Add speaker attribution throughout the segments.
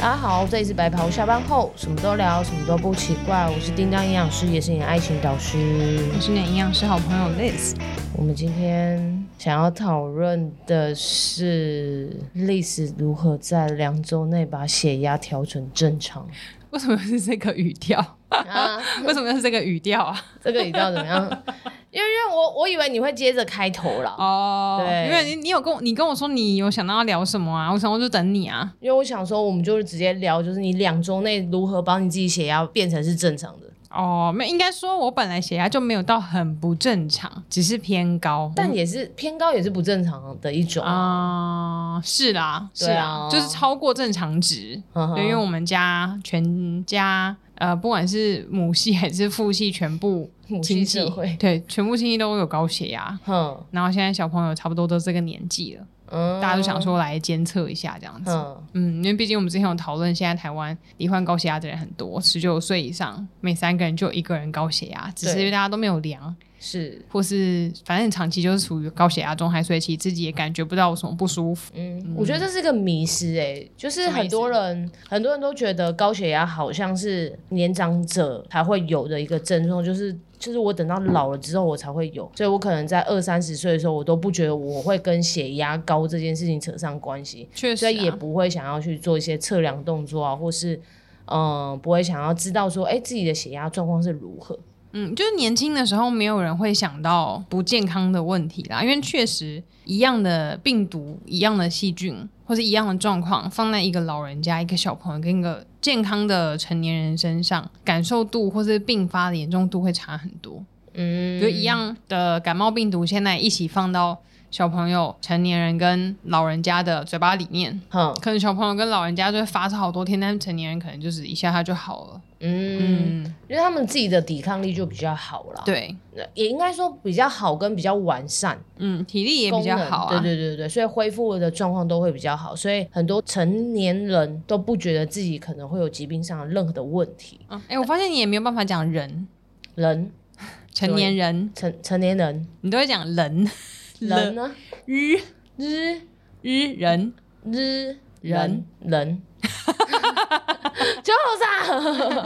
Speaker 1: 大家好，这里是白袍，下班后什么都聊，什么都不奇怪。我是叮当营养师，也是你的爱情导师。
Speaker 2: 我是你的营养师好朋友 Liz。
Speaker 1: 我们今天想要讨论的是历史如何在两周内把血压调成正常
Speaker 2: 为什么是这个语 调？
Speaker 1: 啊？
Speaker 2: 为什么是这个语调啊？
Speaker 1: 这个你知道怎么样？ 因为因为我我以为你会接着开头啦，
Speaker 2: 哦，
Speaker 1: 对
Speaker 2: 因为你你有跟我你跟我说你有想到要聊什么啊？我想我就等你啊。
Speaker 1: 因为我想说我们就是直接聊，就是你两周内如何把你自己血压变成是正常的。
Speaker 2: 哦，没，应该说我本来血压就没有到很不正常，只是偏高。
Speaker 1: 但也是偏高，也是不正常的一种。
Speaker 2: 啊、是啦，是
Speaker 1: 对啊
Speaker 2: 啦，就是超过正常值。
Speaker 1: 嗯哼
Speaker 2: 对，因为我们家全家呃，不管是母系还是父系，全部
Speaker 1: 母系
Speaker 2: 亲戚
Speaker 1: 社会
Speaker 2: 对，全部亲戚都有高血压。
Speaker 1: 哼，
Speaker 2: 然后现在小朋友差不多都这个年纪了，
Speaker 1: 嗯
Speaker 2: 大家都想，说来监测一下这样子。
Speaker 1: 嗯，
Speaker 2: 嗯，因为毕竟我们之前有讨论，现在台湾罹患高血压的人很多，十九岁以上每三个人就有一个人高血压，只是
Speaker 1: 对
Speaker 2: 因为大家都没有量，
Speaker 1: 是，
Speaker 2: 或是反正长期就是处于高血压状态，所以其实自己也感觉不到有什么不舒服。
Speaker 1: 嗯，我觉得这是个迷失，哎，就是
Speaker 2: 什么
Speaker 1: 很
Speaker 2: 意思
Speaker 1: 多人，很多人都觉得高血压好像是年长者才会有的一个症状，就是。就是我等到老了之后，我才会有，所以我可能在二三十岁的时候，我都不觉得我会跟血压高这件事情扯上关系。
Speaker 2: 确实、
Speaker 1: 所
Speaker 2: 啊，
Speaker 1: 以也不会想要去做一些测量动作啊，或是嗯、呃不会想要知道说，哎、自己的血压状况是如何。
Speaker 2: 嗯，就是年轻的时候没有人会想到不健康的问题啦，因为确实一样的病毒、一样的细菌或者一样的状况，放在一个老人家、一个小朋友跟一个健康的成年人身上，感受度或是并发的严重度会差很多。
Speaker 1: 嗯，
Speaker 2: 就一样的感冒病毒，现在一起放到小朋友、成年人跟老人家的嘴巴里面，
Speaker 1: 哼，
Speaker 2: 可能小朋友跟老人家就会发烧好多天，但是成年人可能就是一下他就好了。
Speaker 1: 嗯，
Speaker 2: 嗯，
Speaker 1: 因为他们自己的抵抗力就比较好啦，，
Speaker 2: 对，
Speaker 1: 也应该说比较好跟比较完善，
Speaker 2: 嗯，体力也
Speaker 1: 功
Speaker 2: 比较
Speaker 1: 能
Speaker 2: 好
Speaker 1: 对
Speaker 2: 啊。
Speaker 1: 对对对，所以恢复的状况都会比较好，所以很多成年人都不觉得自己可能会有疾病上的任何的问题。
Speaker 2: 嗯，哎、我发现你也没有办法讲人，
Speaker 1: 人
Speaker 2: 成年人
Speaker 1: 成成年人
Speaker 2: 你都会讲人，
Speaker 1: 人呢？
Speaker 2: 日
Speaker 1: 日
Speaker 2: 日人，
Speaker 1: 日
Speaker 2: 人
Speaker 1: 人，就是啊。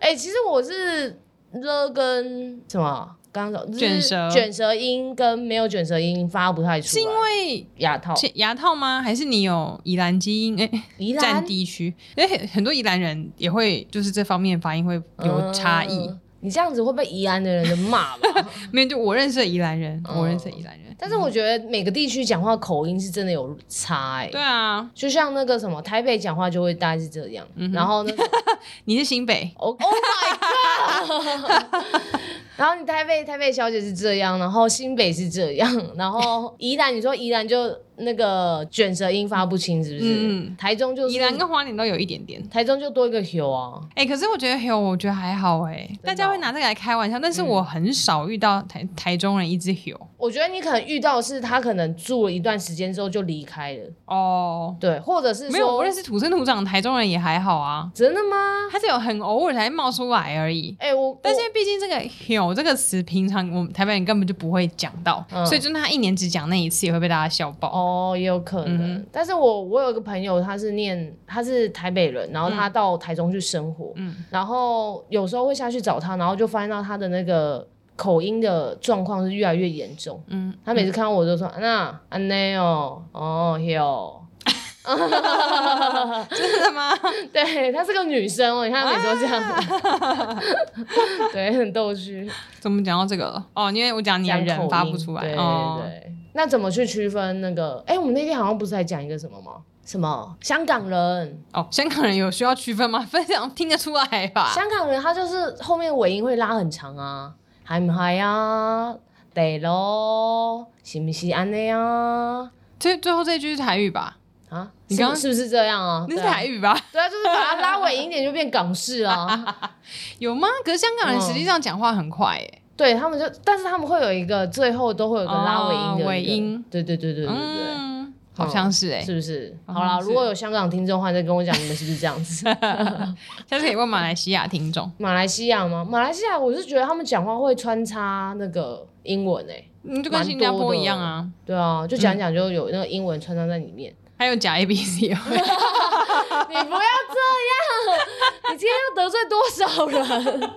Speaker 1: 哎、其实我是了跟什么？刚刚说
Speaker 2: 卷舌
Speaker 1: 日卷舌音跟没有卷舌音发不太出
Speaker 2: 是
Speaker 1: 来，
Speaker 2: 因为
Speaker 1: 牙套。
Speaker 2: 切牙套吗？还是你有宜兰基因？哎、
Speaker 1: 宜
Speaker 2: 占
Speaker 1: 兰
Speaker 2: 地区，因为很很多宜兰人也会就是这方面发音会有差异。
Speaker 1: 嗯你这样子会被宜兰的人的骂吧？
Speaker 2: 没有，就我认识的宜兰人，
Speaker 1: 嗯
Speaker 2: 我认识的宜兰人。
Speaker 1: 但是我觉得每个地区讲话口音是真的有差哎、
Speaker 2: 对啊，
Speaker 1: 就像那个什么台北讲话就会大概是这样，
Speaker 2: 嗯
Speaker 1: 然后呢，
Speaker 2: 你是新北，
Speaker 1: Oh, oh my god！然后你台北台北小姐是这样，然后新北是这样， 然后宜兰你说宜兰就那个卷舌音发不清，是不是？
Speaker 2: 嗯
Speaker 1: 台中就是
Speaker 2: 宜兰跟花莲都有一点点。
Speaker 1: 台中就多一个 h 啊，
Speaker 2: 哎、可是我觉得有，我觉得还好哎、
Speaker 1: 哦
Speaker 2: 大家会拿这个来开玩笑，但是
Speaker 1: 嗯
Speaker 2: 我很少遇到台、台中人一直有
Speaker 1: 我觉得你可能遇到的是他可能住了一段时间之后就离开了，
Speaker 2: 哦。
Speaker 1: 对，或者是
Speaker 2: 没有，我
Speaker 1: 说
Speaker 2: 认识土生土长的台中人也还好啊，
Speaker 1: 真的吗？
Speaker 2: 他是有很偶尔才冒出来而已。
Speaker 1: 哎、我
Speaker 2: 但
Speaker 1: 我
Speaker 2: 是毕竟这个“有”这个词，平常我们台北人根本就不会讲到，
Speaker 1: 嗯
Speaker 2: 所以就算他一年只讲那一次，也会被大家笑爆。
Speaker 1: 哦，也有可能。
Speaker 2: 嗯
Speaker 1: 但是我我有一个朋友，他是念他是台北人，然后他到台中去生活，
Speaker 2: 嗯
Speaker 1: 然后有时候会下去找他，然后就发现到他的那个口音的状况是越来越严重。
Speaker 2: 嗯，
Speaker 1: 他每次看到我就说：“那安内哦，哦哟。
Speaker 2: 真的吗？”
Speaker 1: 对，她是个女生哦，你看她每次都这样， 对，很逗趣，
Speaker 2: 怎么讲到这个了？哦，因为我讲你的
Speaker 1: 讲口
Speaker 2: 人
Speaker 1: 音
Speaker 2: 发不出来。
Speaker 1: 对对对。
Speaker 2: 哦
Speaker 1: 那怎么去区分那个？哎，我们那天好像不是在讲一个什么吗？什么香港人？
Speaker 2: 哦，香港人有需要区分吗？分享听得出来 吧？
Speaker 1: 香港人他就是后面尾音会拉很长啊，系唔系啊？对咯，是唔是安尼啊？
Speaker 2: 最最后这句是台语吧？
Speaker 1: 啊，
Speaker 2: 你
Speaker 1: 是不
Speaker 2: 刚刚
Speaker 1: 是不是这样啊？
Speaker 2: 那是
Speaker 1: 对啊
Speaker 2: 台语吧？
Speaker 1: 对啊，就是把它拉尾音一点就变港式 啊。
Speaker 2: 有吗？可是香港人
Speaker 1: 嗯
Speaker 2: 实际上讲话很快诶、
Speaker 1: 对他们就，但是他们会有一个最后都会有一个拉尾音的一个、
Speaker 2: 哦尾音
Speaker 1: 对对对对对对对。
Speaker 2: 嗯，好像是诶、
Speaker 1: 是不是？
Speaker 2: 嗯
Speaker 1: 好啦，
Speaker 2: 是
Speaker 1: 如果有香港听众的话，再跟我讲你们是不是这样 子？
Speaker 2: 下次可以问马来西亚听众，
Speaker 1: 马来西亚吗？马来西亚，我是觉得他们讲话会穿插那个英文诶、欸
Speaker 2: 嗯你就跟新加坡一样啊。
Speaker 1: 对啊，就讲一讲就有那个英文穿插在里面。
Speaker 2: 还有假 A B C 哦，
Speaker 1: 你不要这样，你今天要得罪多少人？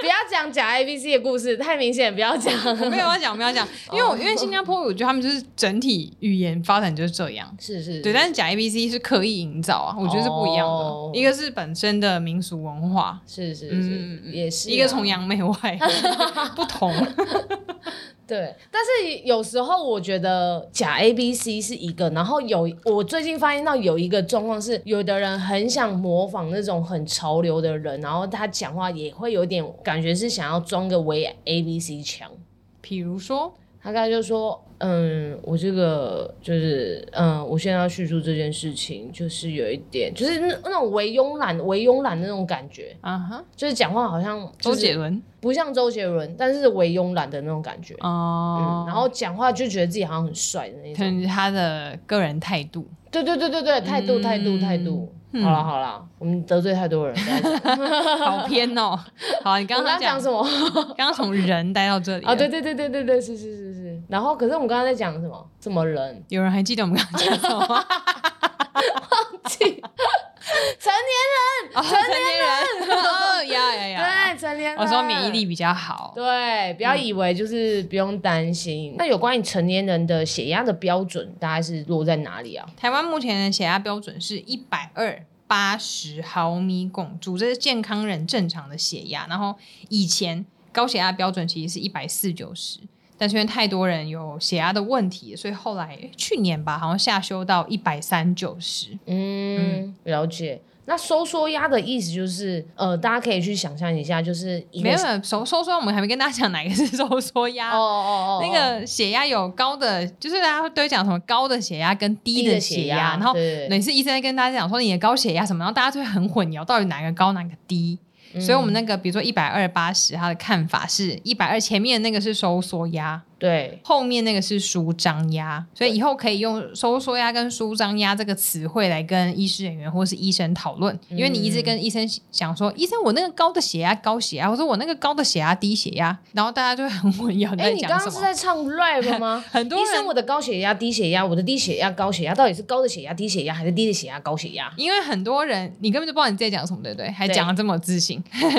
Speaker 1: 不要讲假 A B C 的故事，太明显，不要讲。
Speaker 2: 没有要讲，没有要讲，因为我
Speaker 1: 哦
Speaker 2: 因为新加坡，我觉得他们就是整体语言发展就是这样。
Speaker 1: 是是，
Speaker 2: 对，但是假 A B C 是刻意营造啊，我觉得是不一样的。
Speaker 1: 哦
Speaker 2: 一个是本身的民俗文化，
Speaker 1: 是是
Speaker 2: 嗯嗯
Speaker 1: 是，也是
Speaker 2: 一个
Speaker 1: 啊
Speaker 2: 崇洋媚外， 不同。
Speaker 1: 对，但是有时候我觉得假 A B C 是一个，然后有我最近发现到有一个状况是，有的人很想模仿那种很潮流的人，然后他讲话也会有点感觉是想要装个伪 A B C 强。
Speaker 2: 比如说，
Speaker 1: 他刚才就说，嗯，我这个就是，嗯，我现在要叙述这件事情，就是有一点，就是那那种为慵懒、为慵懒的那种感觉，
Speaker 2: 啊哈，
Speaker 1: 就是讲话好像
Speaker 2: 周
Speaker 1: 就是
Speaker 2: 杰伦
Speaker 1: 不像周杰伦，但是为慵懒的那种感觉。
Speaker 2: 哦
Speaker 1: 嗯，然后讲话就觉得自己好像很帅的那
Speaker 2: 可
Speaker 1: 种。
Speaker 2: 能是他的个人 态度。
Speaker 1: 对对对对
Speaker 2: 嗯
Speaker 1: 对，态度态度态度。好了好了，我们得罪太多人。不要讲
Speaker 2: 好偏哦！好，你
Speaker 1: 我们刚
Speaker 2: 刚 刚
Speaker 1: 刚讲
Speaker 2: 讲
Speaker 1: 什么？
Speaker 2: 刚刚从人带到这里
Speaker 1: 啊，对，对对对对对，是是是是。然后，可是我们刚刚在讲什么？什么人？
Speaker 2: 有人还记得我们刚刚讲什么 吗？
Speaker 1: 成年人。
Speaker 2: 哦，成年人，哦呀呀呀！
Speaker 1: 对，啊成年人。
Speaker 2: 我哦说免疫。力比较好，
Speaker 1: 对，不要以为就是不用担
Speaker 2: 嗯
Speaker 1: 心。那有关于成年人的血压的标准，大概是落在哪里啊？
Speaker 2: 台湾目前的血压标准是一百二八十毫米汞柱，这是健康人正常的血压。然后以前高血压标准其实是一百四九十，但是因为太多人有血压的问题，所以后来诶去年吧，好像下修到一百三九十。
Speaker 1: 嗯，了解。那收缩压的意思就是，呃，大家可以去想象一下，就是一个
Speaker 2: 没有没有收收缩，我们还没跟大家讲哪个是收缩压。
Speaker 1: 哦哦哦，
Speaker 2: 那个血压有高的，就是大家都会讲什么高的血压跟低
Speaker 1: 低的
Speaker 2: 的
Speaker 1: 血
Speaker 2: 血
Speaker 1: 压
Speaker 2: 压，然后
Speaker 1: 对
Speaker 2: 每次医生在跟大家讲说你的高血压什么，然后大家就会很混淆，到底哪个高哪个低。
Speaker 1: 嗯
Speaker 2: 所以我们那个比如说一百二八十，他的看法是一百二前面那个是收缩压，
Speaker 1: 对，
Speaker 2: 后面那个是舒张压，所以以后可以用收缩压跟舒张压这个词汇来跟医师人员或是医生讨论，因为你一
Speaker 1: 嗯
Speaker 2: 直跟医生讲说，医生我那个高的血压高血压，我说我那个高的血压低血压，然后大家就会很混淆你
Speaker 1: 哎、
Speaker 2: 在
Speaker 1: 你
Speaker 2: 讲
Speaker 1: 刚
Speaker 2: 什
Speaker 1: 刚是
Speaker 2: 么。
Speaker 1: 在唱 rap 吗？
Speaker 2: 很多
Speaker 1: 医
Speaker 2: 人？
Speaker 1: 生，我的高血压、低血压，我的低血压、高血压，到底是高的血压、低血压，还是低的血压、高血压
Speaker 2: 因为很多人你根本就不知道你在讲什么，对不对？还
Speaker 1: 对
Speaker 2: 讲的这么自信，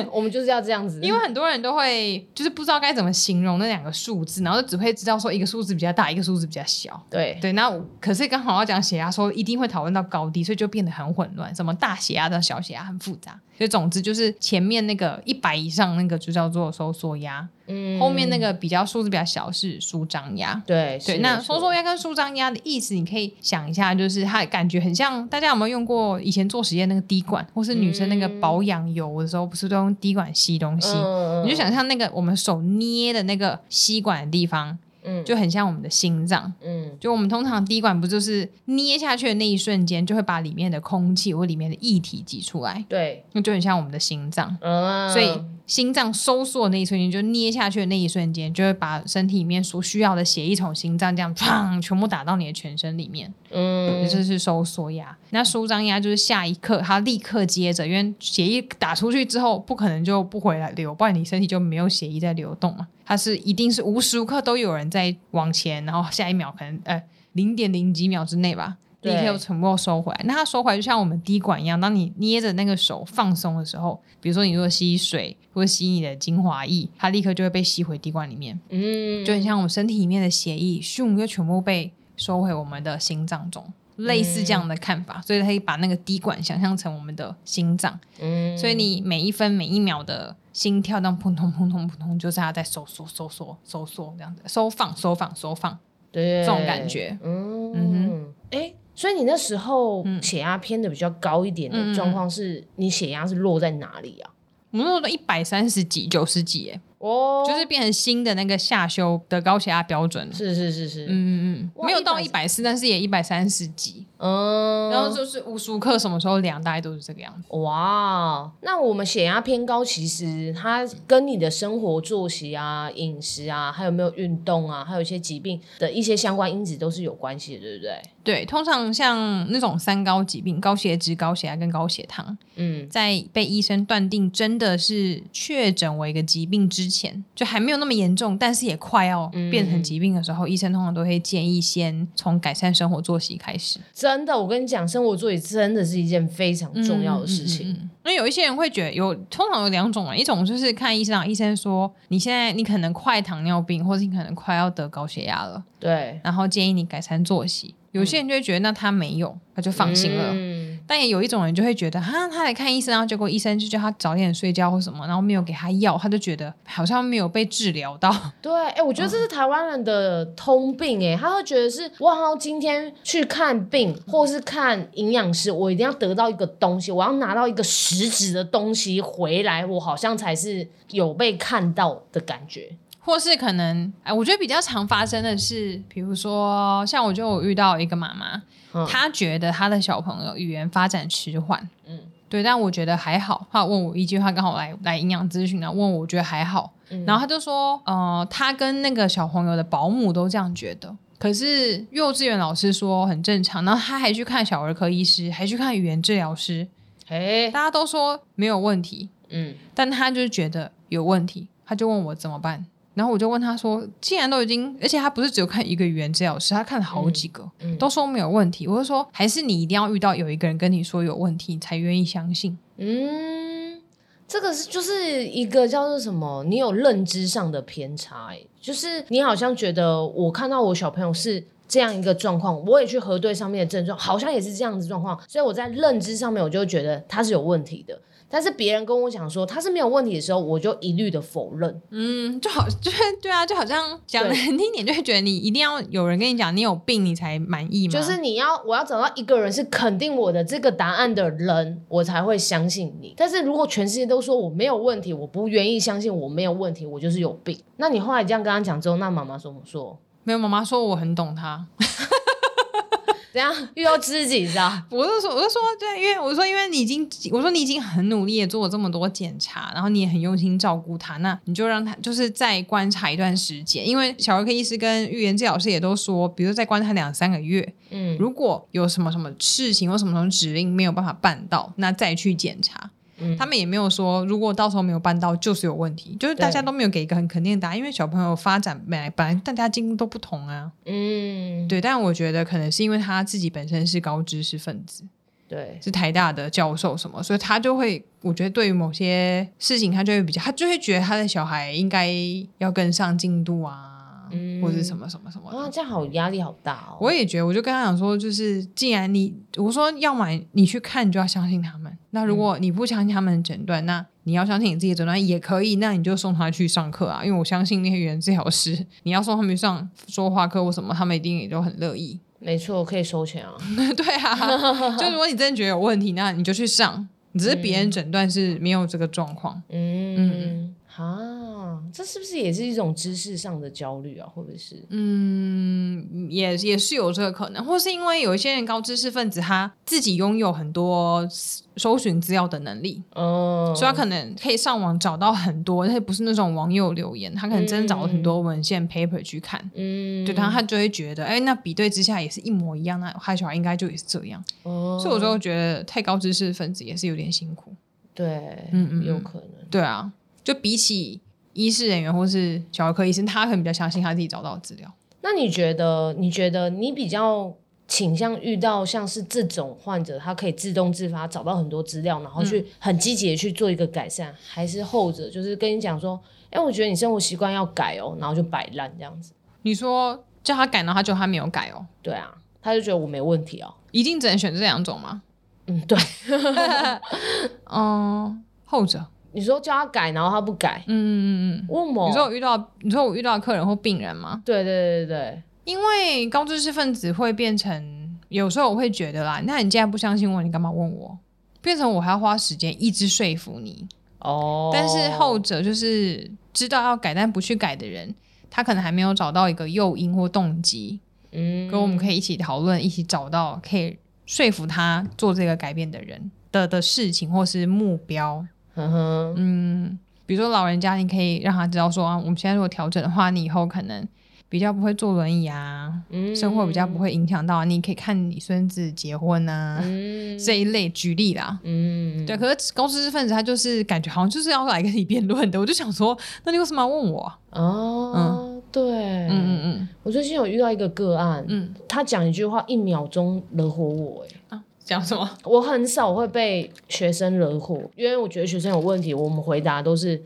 Speaker 1: 我们就是要这样子，
Speaker 2: 因为很多人都会就是不知道该怎么形容那两个数字，然后就只会知道说一个数字比较大，一个数字比较小。
Speaker 1: 对
Speaker 2: 对，那我可是刚好要讲血压，说一定会讨论到高低，所以就变得很混乱，什么大血压到小血压很复杂。所以总之就是前面那个一百以上那个就叫做收缩压，
Speaker 1: 嗯
Speaker 2: 后面那个比较数字比较小是舒张压。
Speaker 1: 对
Speaker 2: 对，
Speaker 1: 是
Speaker 2: 那
Speaker 1: 没错
Speaker 2: 收缩压跟舒张压的意思，你可以想一下，就是它感觉很像，大家有没有用过以前做实验那个滴管，或是女生那个
Speaker 1: 嗯
Speaker 2: 保养油的时候，不是都用滴管吸东西？
Speaker 1: 嗯
Speaker 2: 你就想象那个我们手捏的那个吸管的地方，
Speaker 1: 嗯
Speaker 2: 就很像我们的心脏。
Speaker 1: 嗯
Speaker 2: 就我们通常滴管不就是捏下去的那一瞬间，就会把里面的空气或里面的液体挤出来，
Speaker 1: 对
Speaker 2: 那就很像我们的心脏。
Speaker 1: 嗯，
Speaker 2: 所以心脏收缩的那一瞬间，就捏下去的那一瞬间，就会把身体里面所需要的血液从心脏这样 砰全部打到你的全身里面，
Speaker 1: 嗯
Speaker 2: 也就是收缩压。那舒张压就是下一刻它立刻接着，因为血液打出去之后，不可能就不回来流，不然你身体就没有血液在流动嘛。它是一定是无时无刻都有人在往前，然后下一秒可能呃零点零几秒之内吧。立
Speaker 1: 对
Speaker 2: 刻又全部又收回来，那它收回来就像我们滴管一样，当你捏着那个手放松的时候，比如说你如果吸水或者吸你的精华液，它立刻就会被吸回滴管里面，
Speaker 1: 嗯
Speaker 2: 就很像我们身体里面的血液，咻又全部被收回我们的心脏中，类似这
Speaker 1: 嗯
Speaker 2: 样的看法，所以可以把那个滴管想象成我们的心脏，
Speaker 1: 嗯
Speaker 2: 所以你每一分每一秒的心跳，当扑通扑通扑通，就是它在收缩收缩收缩这样子，收放收放收放，
Speaker 1: 对
Speaker 2: 这种感觉，
Speaker 1: 嗯
Speaker 2: 嗯
Speaker 1: 嗯哼，哎、所以你那时候
Speaker 2: 嗯
Speaker 1: 血压偏的比较高一点
Speaker 2: 嗯嗯
Speaker 1: 的状况是，你血压是落在哪里啊？
Speaker 2: 我们那时候都一百三十几九十几耶。
Speaker 1: 哦
Speaker 2: 就是变成新的那个下修的高血压标准了。
Speaker 1: 是是是是，
Speaker 2: 嗯嗯嗯，
Speaker 1: 哇
Speaker 2: 没有到一
Speaker 1: 130
Speaker 2: 百四，但是也一百三十几。
Speaker 1: 嗯，
Speaker 2: 然后就是无时无刻什么时候量，大概都是这个样子。
Speaker 1: 哇，那我们血压偏高，其实它跟你的生活作息啊、饮食啊，还有没有运动啊，还有一些疾病的一些相关因子都是有关系的，对不对？
Speaker 2: 对，通常像那种三高疾病，高血脂、高血压跟高血糖，
Speaker 1: 嗯，
Speaker 2: 在被医生断定真的是确诊为一个疾病之前，就还没有那么严重，但是也快要
Speaker 1: 嗯
Speaker 2: 变成疾病的时候，医生通常都会建议先从改善生活作息开始，
Speaker 1: 真的，我跟你讲，生活作息真的是一件非常重要的事情。
Speaker 2: 嗯。嗯嗯嗯那有一些人会觉得有，通常有两种啊，一种就是看医生，医生说你现在你可能快糖尿病，或是你可能快要得高血压了，
Speaker 1: 对，
Speaker 2: 然后建议你改善作息。有些人就会觉得那他没有，他就放心了。
Speaker 1: 嗯
Speaker 2: 但也有一种人就会觉得，哈，他来看医生，然后结果医生就叫他早点睡觉或什么，然后没有给他药，他就觉得好像没有被治疗到。
Speaker 1: 对，哎、我觉得这
Speaker 2: 嗯
Speaker 1: 是台湾人的通病、哎、他会觉得是我好像今天去看病或是看营养师，我一定要得到一个东西，我要拿到一个实质的东西回来，我好像才是有被看到的感觉。
Speaker 2: 或是可能，哎，我觉得比较常发生的是，比如说，像我就有遇到一个妈妈，
Speaker 1: 嗯
Speaker 2: 她觉得她的小朋友语言发展迟缓，嗯
Speaker 1: 嗯，
Speaker 2: 对，但我觉得还好。她问我一句话，刚好来来营养咨询然后问我，我觉得还好。
Speaker 1: 嗯
Speaker 2: 然后她就说，呃，她跟那个小朋友的保姆都这样觉得。可是幼稚园老师说很正常，然后她还去看小儿科医师，还去看语言治疗师，
Speaker 1: 哎、
Speaker 2: 大家都说没有问题，
Speaker 1: 嗯，
Speaker 2: 但他就是觉得有问题，他就问我怎么办。然后我就问他说：“既然都已经，而且他不是只有看一个语言治疗师，他看了好几个，
Speaker 1: 嗯嗯
Speaker 2: 都说没有问题。”我就说：“还是你一定要遇到有一个人跟你说有问题，你才愿意相信。
Speaker 1: 嗯，这个是就是一个叫做什么？你有认知上的偏差、欸，就是你好像觉得我看到我小朋友是。这样一个状况，我也去核对上面的症状，好像也是这样子状况，所以我在认知上面我就觉得他是有问题的。但是别人跟我讲说他是没有问题的时候，我就一律的否认。”
Speaker 2: 嗯，就好，就是对啊，就好像讲
Speaker 1: 对
Speaker 2: 难听一点，就会觉得你一定要有人跟你讲你有病，你才满意嘛。
Speaker 1: 就是你要，我要找到一个人是肯定我的这个答案的人，我才会相信你。但是如果全世界都说我没有问题，我不愿意相信我没有问题，我就是有病。那你后来这样跟他讲之后，那妈妈怎么说？
Speaker 2: 没有妈妈说我很懂他，
Speaker 1: 怎样遇到知己是吧？
Speaker 2: 我就说，我就说，对，因为我说，因为你已经，我说你已经很努力的做了这么多检查，然后你也很用心照顾他，那你就让他就是再观察一段时间，因为小儿科医师跟预言治疗师也都说，比如再观察两三个月，
Speaker 1: 嗯
Speaker 2: 如果有什么什么事情或什么什么指令没有办法办到，那再去检查。
Speaker 1: 嗯
Speaker 2: 他们也没有说，如果到时候没有办到，就是有问题，就是大家都没有给一个很肯定的答案，因为小朋友发展本来本来大家经历都不同啊，
Speaker 1: 嗯，
Speaker 2: 对，但我觉得可能是因为他自己本身是高知识分子，
Speaker 1: 对，
Speaker 2: 是台大的教授什么，所以他就会，我觉得对于某些事情，他就会比较，他就会觉得他的小孩应该要跟上进度啊，
Speaker 1: 嗯
Speaker 2: 或者什么什么什么的。
Speaker 1: 哇，这样好压力好大哦。
Speaker 2: 我也觉得，我就跟他讲说，就是既然你我说，要么你去看，你就要相信他们。那如果你不相信他们的诊断，那你要相信你自己的诊断也可以。那你就送他去上课啊，因为我相信那些语言治疗师，你要送他们去上说话课或什么，他们一定也都很乐意。
Speaker 1: 没错，可以收钱啊。
Speaker 2: 对啊，就如果你真的觉得有问题，那你就去上。只是别人诊断是没有这个状况，
Speaker 1: 嗯啊，这是不是也是一种知识上的焦虑啊？会不会是？
Speaker 2: 嗯，也也是有这个可能，或是因为有一些人高知识分子，他自己拥有很多搜寻资料的能力，
Speaker 1: 嗯，
Speaker 2: 所以他可能可以上网找到很多，而且不是那种网友留言，他可能真的找了很多文献 paper 去看，
Speaker 1: 嗯，
Speaker 2: 对，然后他就会觉得，哎、那比对之下也是一模一样，那他小孩应该就也是这样，
Speaker 1: 哦，
Speaker 2: 所以我就觉得太高知识分子也是有点辛苦，
Speaker 1: 对，
Speaker 2: 嗯嗯嗯
Speaker 1: 有可能。
Speaker 2: 对啊，就比起医师人员或是小儿科医生，他可能比较相信他自己找到的资料。
Speaker 1: 那你觉得？你觉得你比较倾向遇到像是这种患者，他可以自动自发找到很多资料，然后
Speaker 2: 嗯
Speaker 1: 去很积极的去做一个改善，还是后者就是跟你讲说，哎、我觉得你生活习惯要改哦，然后就摆烂这样子？
Speaker 2: 你说叫他改，然后他就他没有改哦，
Speaker 1: 对啊，他就觉得我没问题哦。
Speaker 2: 一定只能选这两种吗？
Speaker 1: 嗯，对，
Speaker 2: 嗯，后者。
Speaker 1: 你说叫他改，然后他不改，
Speaker 2: 嗯嗯嗯
Speaker 1: 问
Speaker 2: 嗯。
Speaker 1: 我，
Speaker 2: 你说我遇到，你说我遇到的客人或病人吗？
Speaker 1: 对对对对
Speaker 2: 因为高知识分子会变成，有时候我会觉得啦，那你既然不相信我，你干嘛问我？变成我还要花时间一直说服你。
Speaker 1: 哦，
Speaker 2: 但是后者就是知道要改但不去改的人，他可能还没有找到一个诱因或动机，
Speaker 1: 嗯
Speaker 2: 跟我们可以一起讨论，一起找到可以说服他做这个改变的人的的事情或是目标。嗯
Speaker 1: 哼嗯哼，
Speaker 2: 比如说老人家，你可以让他知道说啊，我们现在如果调整的话，你以后可能比较不会坐轮椅啊，
Speaker 1: 嗯
Speaker 2: 生活比较不会影响到啊，你可以看你孙子结婚啊、
Speaker 1: 嗯
Speaker 2: 这一类，举例啦。
Speaker 1: 嗯，
Speaker 2: 对，可是高知识分子他就是感觉好像就是要来跟你辩论的，我就想说，那你为什么要问我啊？
Speaker 1: 哦，对，
Speaker 2: 嗯
Speaker 1: 嗯嗯，
Speaker 2: 嗯
Speaker 1: 我最近有遇到一个个案，
Speaker 2: 嗯
Speaker 1: 他讲一句话一秒钟惹火我、欸，
Speaker 2: 嗯啊，讲什么？
Speaker 1: 我很少会被学生惹火，因为我觉得学生有问题，我们回答都是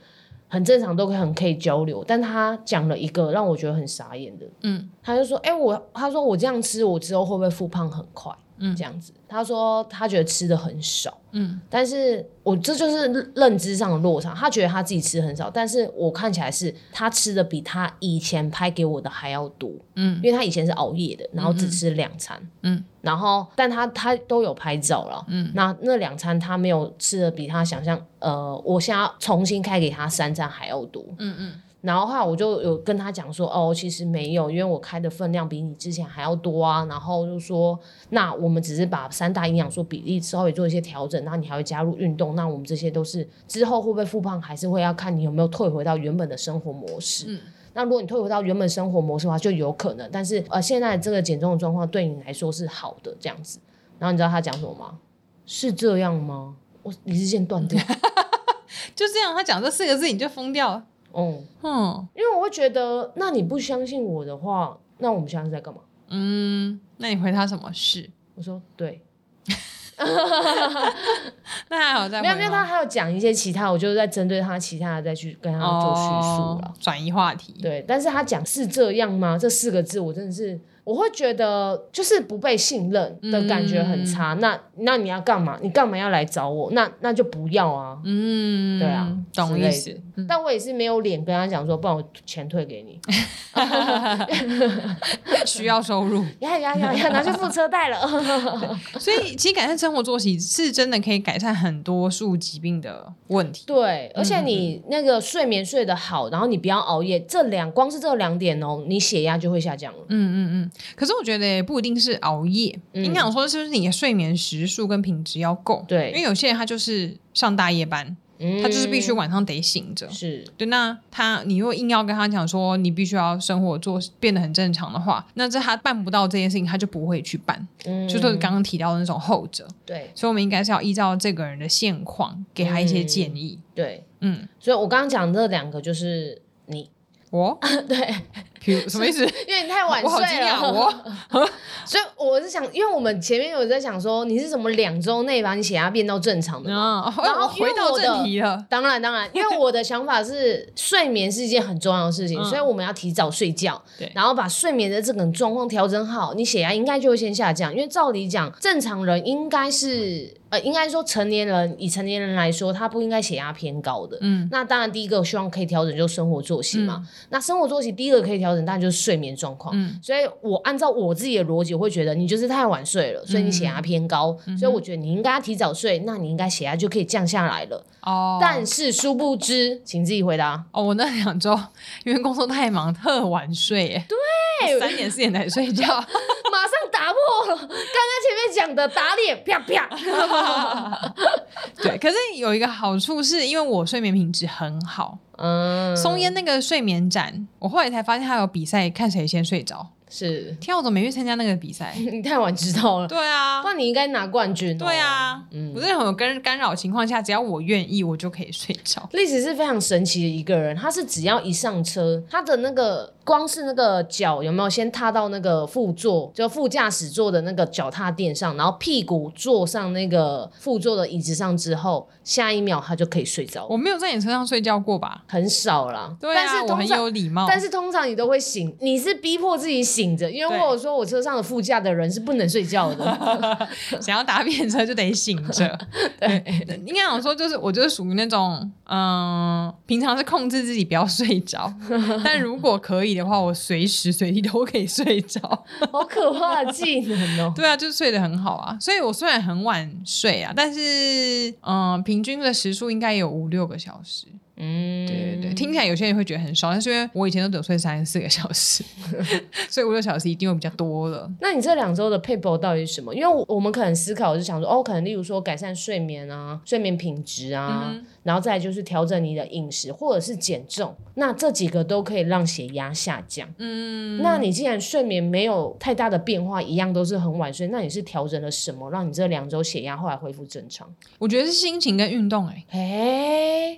Speaker 1: 很正常，都可以很可以交流。但他讲了一个让我觉得很傻眼的，
Speaker 2: 嗯
Speaker 1: 他就说：“哎、我他说我这样吃，我之后会不会复胖很快？”
Speaker 2: 嗯
Speaker 1: 这样子，他说他觉得吃的很少，
Speaker 2: 嗯
Speaker 1: 但是我这就是认认知上的落差。他觉得他自己吃很少，但是我看起来是他吃的比他以前拍给我的还要多，
Speaker 2: 嗯
Speaker 1: 因为他以前是熬夜的，然后只吃两餐，
Speaker 2: 嗯
Speaker 1: 然后但他他都有拍照了，
Speaker 2: 嗯
Speaker 1: 那那两餐他没有吃的比他想象，呃，我现在要重新开给他三餐还要多。
Speaker 2: 嗯嗯
Speaker 1: 然后后来我就有跟他讲说，哦，其实没有，因为我开的分量比你之前还要多啊。然后就说，那我们只是把三大营养素比例稍微做一些调整，然后你还会加入运动，那我们这些都是之后会不会复胖，还是会要看你有没有退回到原本的生活模式。
Speaker 2: 嗯
Speaker 1: 那如果你退回到原本生活模式的话，就有可能。但是呃，现在这个减重的状况对你来说是好的这样子。然后你知道他讲什么吗？是这样吗？我理智线断掉。
Speaker 2: 就这样，他讲这四个字你就疯掉了。
Speaker 1: 哦、
Speaker 2: 嗯
Speaker 1: 因为我会觉得，那你不相信我的话，那我们现在是在干嘛？
Speaker 2: 嗯，那你回他什么事？
Speaker 1: 我说对，
Speaker 2: 那还好再
Speaker 1: 没有
Speaker 2: 回
Speaker 1: 没有，
Speaker 2: 吗
Speaker 1: 他还有讲一些其他，我就是在针对他其他的再去跟他做叙述了。
Speaker 2: 哦转移话题。
Speaker 1: 对，但是他讲是这样吗？这四个字，我真的是我会觉得就是不被信任的感觉很差。那那你要干嘛？你干嘛要来找我？那那就不要啊。
Speaker 2: 嗯，
Speaker 1: 对啊
Speaker 2: 懂
Speaker 1: 之类
Speaker 2: 意
Speaker 1: 的
Speaker 2: 思。嗯
Speaker 1: 但我也是没有脸跟他讲说，不然我钱退给 你。
Speaker 2: 需要收入，
Speaker 1: 呀呀呀呀，拿去付车贷了。
Speaker 2: 所以其实改善生活作息是真的可以改善很多数疾病的问题。
Speaker 1: 对，而且你那个睡眠睡得好，然后你不要熬夜，这两光是这两点哦，你血压就会下降了。
Speaker 2: 嗯嗯嗯，可是我觉得也不一定是熬夜，
Speaker 1: 嗯
Speaker 2: 你想说是不是你的睡眠时数跟品质要够？
Speaker 1: 对
Speaker 2: 因为有些人他就是上大夜班，
Speaker 1: 嗯，
Speaker 2: 他就是必须晚上得醒着。
Speaker 1: 是
Speaker 2: 对，那他你如果硬要跟他讲说你必须要生活做变得很正常的话，那这他办不到这件事情，他就不会去办，
Speaker 1: 嗯
Speaker 2: 就是刚刚提到的那种后者。
Speaker 1: 对
Speaker 2: 所以我们应该是要依照这个人的现况，给他一些建议。
Speaker 1: 对，
Speaker 2: 嗯，
Speaker 1: 所以我刚刚讲这两个就是你，
Speaker 2: 我
Speaker 1: 对，
Speaker 2: 比如什么意思？
Speaker 1: 因为你太晚
Speaker 2: 我好惊
Speaker 1: 睡
Speaker 2: 讶，
Speaker 1: 了，
Speaker 2: 我哦
Speaker 1: 所以我是想，因为我们前面有在想说你是怎么两周内把你血压变到正常的嘛。
Speaker 2: 啊，
Speaker 1: 然后
Speaker 2: 我回到正题了。
Speaker 1: 当然，当然，因为我的想法是，睡眠是一件很重要的事情，
Speaker 2: 嗯
Speaker 1: 所以我们要提早睡觉，
Speaker 2: 对
Speaker 1: 然后把睡眠的这个状况调整好，你血压应该就会先下降。因为照理讲，正常人应该是，呃，应该说成年人以成年人来说，他不应该血压偏高的。
Speaker 2: 嗯
Speaker 1: 那当然，第一个希望可以调整就是生活作息嘛。那生活作息第一个可以调整，当然就是睡眠状况。
Speaker 2: 嗯
Speaker 1: 所以我按照我自己的逻辑，我会觉得你就是太晚睡了，所以你血压
Speaker 2: 嗯
Speaker 1: 偏高。所以我觉得你应该提早睡，那你应该血压就可以降下来了。
Speaker 2: 哦，
Speaker 1: 但是殊不知，请自己回答。
Speaker 2: 哦，我那两周因为工作太忙，特晚睡耶。对三点四点才睡觉。
Speaker 1: 马上打破了刚刚前面讲的打脸，啪啪。
Speaker 2: 对，可是有一个好处是因为我睡眠品质很好。
Speaker 1: 嗯，
Speaker 2: 松烟那个睡眠展，我后来才发现他有比赛，看谁先睡着。
Speaker 1: 是？
Speaker 2: 天啊，我怎么没去参加那个比赛
Speaker 1: 你太晚知道了，
Speaker 2: 对啊
Speaker 1: 不，然你应该拿冠军、
Speaker 2: 对，啊，
Speaker 1: 嗯
Speaker 2: 我在很有干干扰情况下，只要我愿意，我就可以睡着。
Speaker 1: 历史是非常神奇的一个人，他是只要一上车，他的那个光是那个脚有没有先踏到那个副座，就副驾驶座的那个脚踏垫上，然后屁股坐上那个副座的椅子上之后，下一秒他就可以睡着
Speaker 2: 我，没有在你车上睡觉过吧？
Speaker 1: 很少啦。
Speaker 2: 对
Speaker 1: 但
Speaker 2: 啊，
Speaker 1: 是
Speaker 2: 哦我
Speaker 1: 通
Speaker 2: 很
Speaker 1: 常
Speaker 2: 有礼貌。
Speaker 1: 但是通常你都会醒，你是逼迫自己醒着，因为我有说我车上的副驾的人是不能睡觉 的。
Speaker 2: 想要搭便车就得醒着。 嗯对，应该想说就是我就是属于那种，嗯、平常是控制自己不要睡 着，但如果可以的话，我随时随地都可以睡着。
Speaker 1: 好可怕的技能哦、
Speaker 2: 对啊，就是睡得很好啊。所以我虽然很晚睡啊，但是嗯、呃平均的时数应该有五六个小时。
Speaker 1: 嗯，
Speaker 2: 对对对，听起来有些人会觉得很少，但是因为我以前都只有睡三四个小时， 所以五六小时一定会比较多了。
Speaker 1: 那你这两周的 paper 到底是什么？因为我我们可能思考是想说，哦，可能例如说改善睡眠啊，睡眠品质
Speaker 2: 嗯
Speaker 1: 啊，然后再来就是调整你的饮食或者是减重，那这几个都可以让血压下降。嗯，那你既然睡眠没有太大的变化，一样都是很晚睡，那你是调整了什么，让你这两周血压后来恢复正常？
Speaker 2: 我觉得是心情跟运动、欸，哎，
Speaker 1: 哎、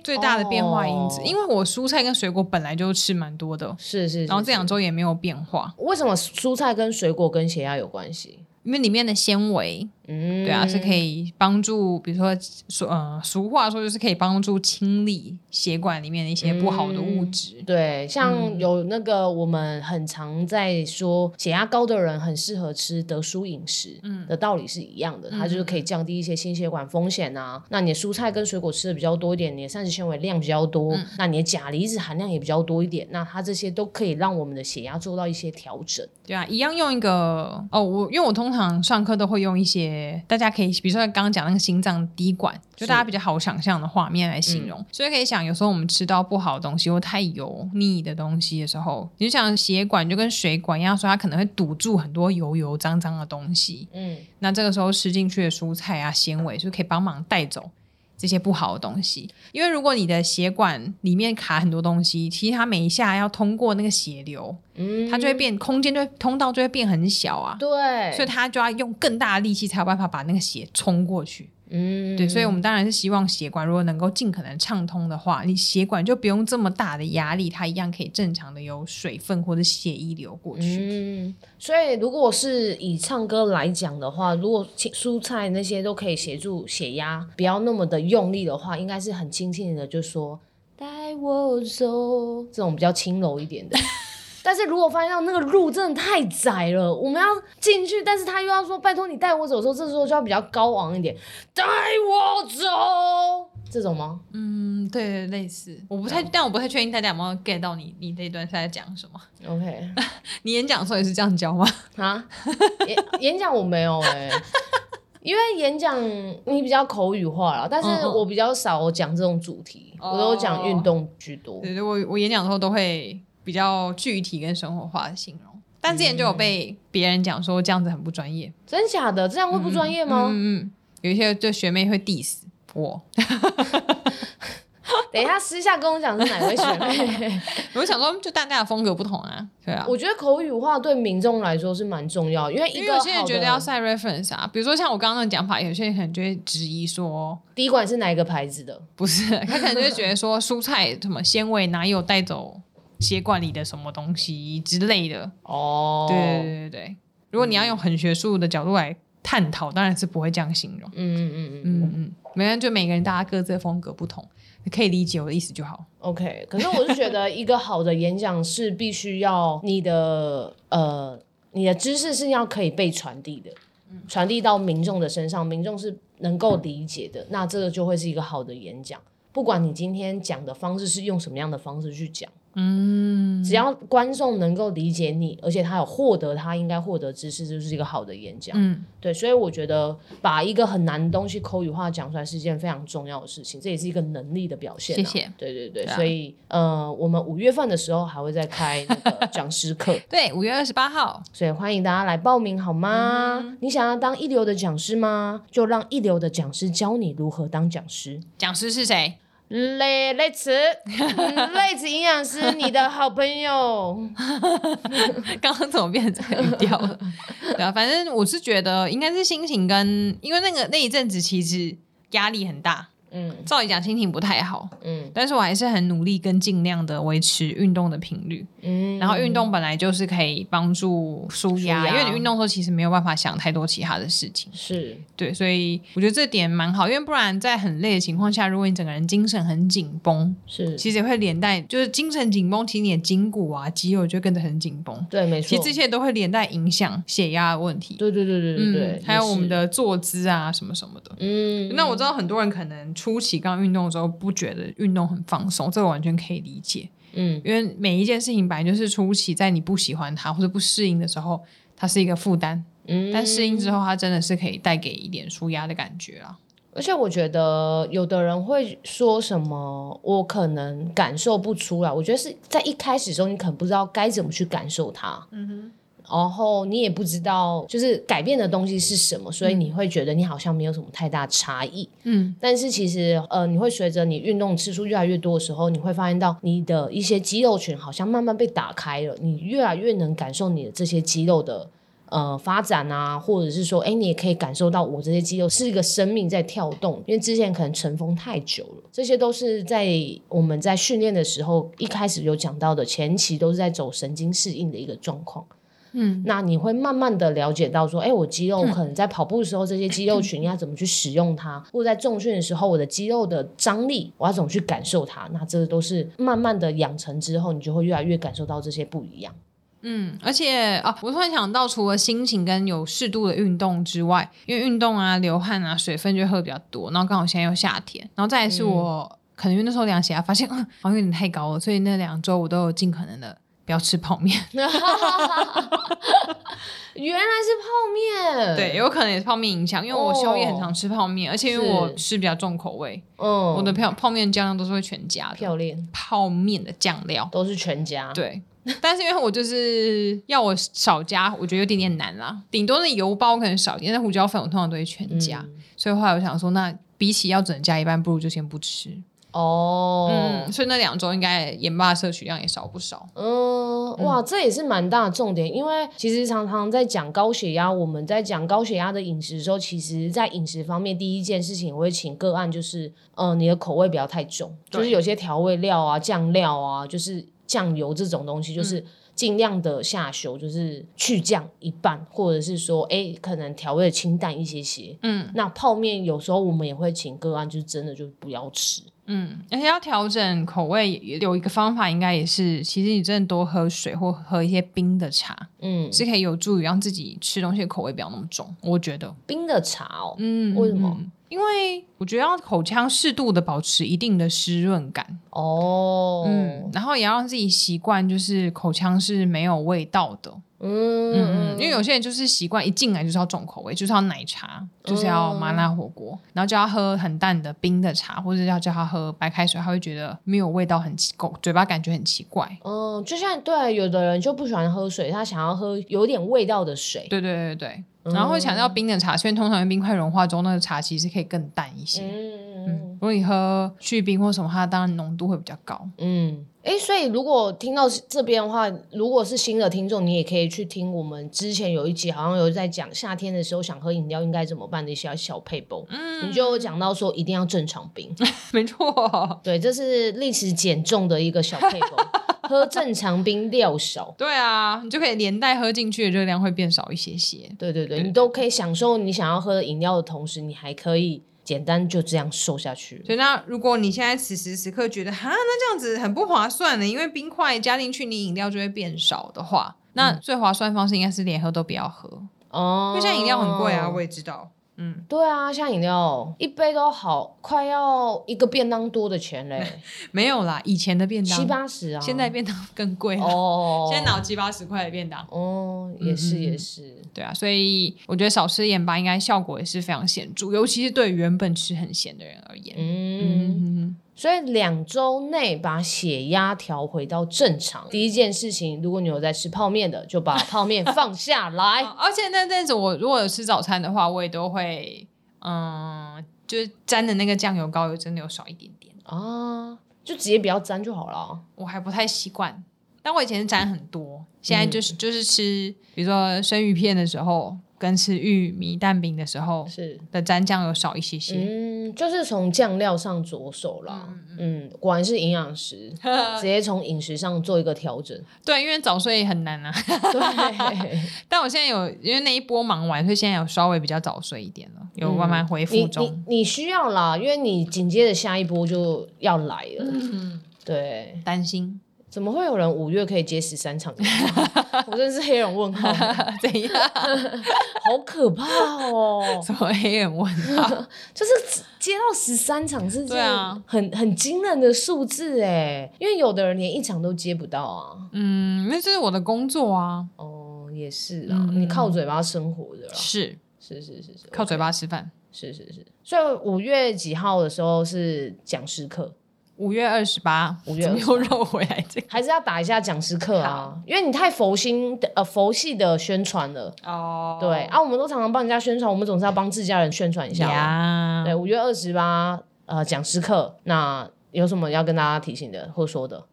Speaker 2: 最大的变化因子，因
Speaker 1: 为
Speaker 2: 为我蔬菜跟水果本来就吃蛮多的，
Speaker 1: 哦是是是，
Speaker 2: 然后这两
Speaker 1: 是
Speaker 2: 周也没有变化，
Speaker 1: 为什么蔬菜跟水果跟血压有关系？
Speaker 2: 因为里面的纤维，
Speaker 1: 嗯，
Speaker 2: 对啊，是可以帮助，比如说俗呃俗话说就是可以帮助清理血管里面的一些不好的物
Speaker 1: 嗯
Speaker 2: 质。
Speaker 1: 对，
Speaker 2: 嗯
Speaker 1: 像有那个我们很常在说，血压高的人很适合吃德蔬饮食，
Speaker 2: 嗯
Speaker 1: 的道理是一样的，它就是可以降低一些心血管风险啊。那你的蔬菜跟水果吃的比较多一点，你的膳食纤维量比较多，
Speaker 2: 嗯
Speaker 1: 那你的钾离子含量也比较多一点，那它这些都可以让我们的血压做到一些调整。
Speaker 2: 对啊，一样用一个哦，我因为我通常上课都会用一些大家可以，比如说刚刚讲那个心脏滴管，就大家比较好想象的画面来形容。所以可以想，有时候我们吃到不好的东西或太油腻的东西的时候，你就想血管就跟水管一样，说它可能会堵住很多油油脏脏的东西。
Speaker 1: 嗯，
Speaker 2: 那这个时候吃进去的蔬菜啊、纤维，就可以帮忙带走这些不好的东西。因为如果你的血管里面卡很多东西，其实它每一下要通过那个血流，
Speaker 1: 嗯
Speaker 2: 它就会变空间，就会通道就会变很小啊。
Speaker 1: 对，
Speaker 2: 所以它就要用更大的力气才有办法把那个血冲过去。
Speaker 1: 嗯，
Speaker 2: 对，所以我们当然是希望血管如果能够尽可能畅通的话，你血管就不用这么大的压力，它一样可以正常的有水分或者血液流过去。
Speaker 1: 嗯，所以如果是以唱歌来讲的话，如果青蔬菜那些都可以协助血压，不要那么的用力的话，应该是很轻轻的就说“带我走”这种比较轻柔一点的。 但是如果发现到那个路真的太窄了，我们要进去，但是他又要说“拜托你带我走”的时候，这时候就要比较高昂一点，“带我走”这种吗？
Speaker 2: 嗯，对对，啊类似。我不太，但我不太确定大家有没有 get 到你你这一段是在讲 什么。
Speaker 1: OK
Speaker 2: 你演讲的时候也是这样教吗？
Speaker 1: 啊，演 演讲我没有哎、因为演讲你比较口语化了，但
Speaker 2: 嗯
Speaker 1: 是
Speaker 2: 嗯哦
Speaker 1: 我比较少讲这种主题，我都讲运动居多。
Speaker 2: 对对，我我演讲的时候都会比较具体跟生活化的形容。但之前就有被别人讲说这样子很不专业，
Speaker 1: 真假的，这样会不专业吗？
Speaker 2: 嗯嗯，有一些就学妹会 diss 我，
Speaker 1: 等一下私下跟我讲是哪位学 妹。
Speaker 2: 我就想说，嗯就大家的风格不同啊，对啊。
Speaker 1: 我觉得口语化对民众来说是蛮重要，因为
Speaker 2: 因
Speaker 1: 一
Speaker 2: 为
Speaker 1: 个
Speaker 2: 有
Speaker 1: 好
Speaker 2: 些人
Speaker 1: 的
Speaker 2: 觉得要晒 reference 啊，比如说像我刚刚的讲法，有些人可能就会质疑说，
Speaker 1: 滴管是哪一个牌子的？
Speaker 2: 不是， 他可能就会觉得说，蔬菜什么纤维哪有带走血管里的什么东西之类的。
Speaker 1: 哦，
Speaker 2: 对对对对对，如果你要用很学术的角度来探讨，当然是不会这样形容。
Speaker 1: 嗯嗯嗯
Speaker 2: 嗯
Speaker 1: 嗯
Speaker 2: 嗯，没关系，就每个人大家各自的风格不同，你可以理解我的意思就好。
Speaker 1: ，OK。可是我是觉得一个好的演讲是必须要你的呃你的知识是要可以被传递的，传递到民众的身上，民众是能够理解的，那这个就会是一个好的演讲。不管你今天讲的方式是用什么样的方式去讲，
Speaker 2: 嗯，
Speaker 1: 只要观众能够理解你，而且他有获得他应该获得知识，就是一个好的演讲。
Speaker 2: 嗯，
Speaker 1: 对，所以我觉得把一个很难的东西口语化讲出来是一件非常重要的事情，这也是一个能力的表现、啊。
Speaker 2: 谢谢。
Speaker 1: 对对对，
Speaker 2: 对啊
Speaker 1: 所以呃，我们五月份的时候还会再开那 个讲师课，
Speaker 2: 对，五月二十八号，
Speaker 1: 所以欢迎大家来报名好吗？
Speaker 2: 嗯
Speaker 1: 你想要当一流的讲师吗？就让一流的讲师教你如何当讲师。
Speaker 2: 讲师是谁？
Speaker 1: 累累词，累词营养师，你的好朋友。
Speaker 2: 刚刚怎么变成这个语 调了？对啊，反正我是觉得应该是心情跟，因为那个那一阵子其实压力很大，
Speaker 1: 嗯
Speaker 2: 照理讲心情不太好，
Speaker 1: 嗯
Speaker 2: 但是我还是很努力跟尽量的维持运动的频率。
Speaker 1: 嗯，
Speaker 2: 然后运动本来就是可以帮助舒压，
Speaker 1: 舒压
Speaker 2: 因为你运动的时候其实没有办法想太多其他的事情，
Speaker 1: 是
Speaker 2: 对，所以我觉得这点蛮好，因为不然在很累的情况下，如果你整个人精神很紧绷，
Speaker 1: 是，
Speaker 2: 其实也会连带就是精神紧绷，其实你的筋骨啊、肌肉就会跟着很紧绷，
Speaker 1: 对，没错。
Speaker 2: 其实这些都会连带影响血压的问题，
Speaker 1: 对对对对对对，
Speaker 2: 嗯还有
Speaker 1: 也
Speaker 2: 我们
Speaker 1: 是
Speaker 2: 的坐姿啊什么什么的。
Speaker 1: 嗯，
Speaker 2: 那我知道很多人可能初期刚运动的时候不觉得运动很放松，这个完全可以理解。
Speaker 1: 嗯
Speaker 2: 因为每一件事情本来就是初期，在你不喜欢它或者不适应的时候，它是一个负担。
Speaker 1: 嗯，
Speaker 2: 但适应之后，它真的是可以带给一点舒压的感觉啊。
Speaker 1: 而且我觉得有的人会说什么，我可能感受不出来。我觉得是在一开始的时候，你可能不知道该怎么去感受它，
Speaker 2: 嗯哼，
Speaker 1: 然后你也不知道就是改变的东西是什么，所以你会觉得你好像没有什么太大差异。
Speaker 2: 嗯
Speaker 1: 但是其实，呃，你会随着你运动次数越来越多的时候，你会发现到你的一些肌肉群好像慢慢被打开了，你越来越能感受你的这些肌肉的呃发展啊，或者是说，哎，你也可以感受到我这些肌肉是一个生命在跳动，因为之前可能尘封太久了，这些都是在我们在训练的时候一开始有讲到的，前期都是在走神经适应的一个状况。
Speaker 2: 嗯
Speaker 1: 那你会慢慢的了解到说，哎，我肌肉可能在跑步的时候，这些肌肉群要怎么去使用它，或者在重训的时候，我的肌肉的张力，我要怎么去感受它？那这个都是慢慢的养成之后，你就会越来越感受到这些不一样。
Speaker 2: 嗯，而且啊，我突然想到，除了心情跟有适度的运动之外，因为运动啊、流汗啊、水分就会喝比较多，然后刚好现在又夏天，然后再来是我、可能因为那时候量血压发现 嗯好像有点太高了，所以那两周我都有尽可能的不要吃泡面。
Speaker 1: 原来是泡面，
Speaker 2: 对，，有可能也是泡面影响，因为我宵夜很常吃泡面，而且因为我
Speaker 1: 是
Speaker 2: 吃比较重口味，
Speaker 1: 嗯，
Speaker 2: 我的泡泡面酱料都是会全加的，
Speaker 1: 漂亮
Speaker 2: 泡面的酱料。
Speaker 1: 都是全家，，
Speaker 2: 对，但是因为我就是要我少加，我觉得有点点难啦。顶多是油包可能少一点，但胡椒粉我通常都会全加，
Speaker 1: 嗯
Speaker 2: 所以后来我想说，那比起要只能加一半，不如就先不吃。
Speaker 1: 哦，
Speaker 2: 嗯，所以那两周应该盐巴的摄取量也少不少。
Speaker 1: 嗯，哇，这也是蛮大的重点，因为其实常常在讲高血压，我们在讲高血压的饮食的时候，其实在饮食方面，第一件事情我会请个案就是，嗯、你的口味不要太重，
Speaker 2: 对
Speaker 1: 就是有些调味料啊、酱料啊，就是酱油这种东西，就是
Speaker 2: 嗯
Speaker 1: 尽量的下修，就是去酱一半，或者是说，哎，可能调味的清淡一些些。
Speaker 2: 嗯
Speaker 1: 那泡面有时候我们也会请个案，就是真的就不要吃，
Speaker 2: 嗯，而且要调整口味，也有一个方法应该也是，其实你真的多喝水或喝一些冰的茶，
Speaker 1: 嗯，
Speaker 2: 是可以有助于让自己吃东西的口味不要那么重。我觉得，
Speaker 1: 冰的茶哦，
Speaker 2: 嗯
Speaker 1: 为什么？
Speaker 2: 嗯因为我觉得要口腔适度的保持一定的湿润感，
Speaker 1: 哦，
Speaker 2: 嗯，然后也要让自己习惯，就是口腔是没有味道的。嗯嗯，
Speaker 1: 嗯，
Speaker 2: 因为有些人就是习惯一进来就是要重口味，就是要奶茶，就是要麻辣火锅，然后就要喝很淡的冰的茶，或者要叫他喝白开水，他会觉得没有味道，很奇怪，嘴巴感觉很奇怪。
Speaker 1: 嗯，就像对有的人就不喜欢喝水，他想要喝有点味道的水。
Speaker 2: 对对对对对，然后会强调冰的茶，虽然通常冰块融化之后，那个茶其实可以更淡一些。嗯，
Speaker 1: 嗯
Speaker 2: 如果你喝去冰或什么，它当然浓度会比较高。
Speaker 1: 嗯，哎、所以如果听到这边的话，如果是新的听众，你也可以去听我们之前有一集，好像有在讲夏天的时候想喝饮料应该怎么办的一些小配包。嗯，你就有讲到说一定要正常冰，
Speaker 2: 没错，
Speaker 1: 对，这是历史减重的一个小配包，喝正常冰料少。
Speaker 2: 对啊，你就可以连带喝进去的热量会变少一些些。
Speaker 1: 对对对，
Speaker 2: 对
Speaker 1: 你都可以享受你想要喝的饮料的同时，你还可以简单就这样瘦下去。
Speaker 2: 所以，那如果你现在此时此刻觉得哈，那这样子很不划算欸呢，因为冰块加进去，你饮料就会变少的话，那最划算的方式应该是连喝都不要喝，
Speaker 1: 哦
Speaker 2: 因，为现在饮料很贵啊，我也知道。嗯，
Speaker 1: 对啊，像饮料一杯都好，快要一个便当多的钱嘞，
Speaker 2: 没有啦，以前的 便
Speaker 1: 七
Speaker 2: 当，
Speaker 1: 八十啊。
Speaker 2: 现在便当更贵了，啊
Speaker 1: 哦，
Speaker 2: 现在哪有七八十块的便当？
Speaker 1: 哦，也是
Speaker 2: 嗯嗯
Speaker 1: 也是，
Speaker 2: 对啊，所以我觉得少吃盐巴应该效果也是非常显著，尤其是对原本吃很咸的人而言。
Speaker 1: 嗯，
Speaker 2: 嗯，
Speaker 1: 所以两周内把血压调回到正常，第一件事情，如果你有在吃泡面的，就把泡面放下 来。
Speaker 2: 哦而且那阵子我如果有吃早餐的话，我也都会，嗯，就是沾的那个酱油膏油真的有少一点点。
Speaker 1: 啊，就直接不要沾就好了。
Speaker 2: 我还不太习惯，但我以前是沾很多，现在就是、就是吃，比如说生鱼片的时候，跟吃玉米蛋饼的时候
Speaker 1: 是，
Speaker 2: 的沾酱油少一些些。
Speaker 1: 嗯，就是从酱料上着手啦。嗯，果然是营养 师，直接从饮食上做一个调整。
Speaker 2: 对，因为早睡很难啊。
Speaker 1: 对。
Speaker 2: 但我现在有因为那一波忙完，所以现在有稍微比较早睡一点了，有慢 慢恢
Speaker 1: 你
Speaker 2: 复中。
Speaker 1: 你你需要啦，因为你紧接着下一波就要来了。嗯对，
Speaker 2: 担心
Speaker 1: 怎么会有人五月可以接十三场演唱会？ 我真是黑人问号，好
Speaker 2: 怎样？
Speaker 1: 可怕 哦！
Speaker 2: 什么黑人啊问号？
Speaker 1: 就是接到十三场是这
Speaker 2: 对
Speaker 1: 样
Speaker 2: 啊，
Speaker 1: 很很惊人的数字哎，因为有的人连一场都接不到啊。
Speaker 2: 嗯，那这是我的工作啊，
Speaker 1: 哦，也是啊，
Speaker 2: 嗯
Speaker 1: 你靠嘴巴生活的啦，
Speaker 2: 是
Speaker 1: 是是是是，
Speaker 2: 靠嘴巴吃饭。
Speaker 1: 是是是。所以五月几号的时候是讲师课，
Speaker 2: 五月二十八，
Speaker 1: 5月
Speaker 2: 怎么又绕回来这个
Speaker 1: 还是要打一下讲师课啊？因为你太佛心的呃佛系的宣传了。
Speaker 2: 哦
Speaker 1: 对啊，我们都常常帮人家宣传，我们总是要帮自家人宣传一下嘛。
Speaker 2: 呀
Speaker 1: 对，五月二十八，呃，讲师课，那有什么要跟大家提醒的或说的？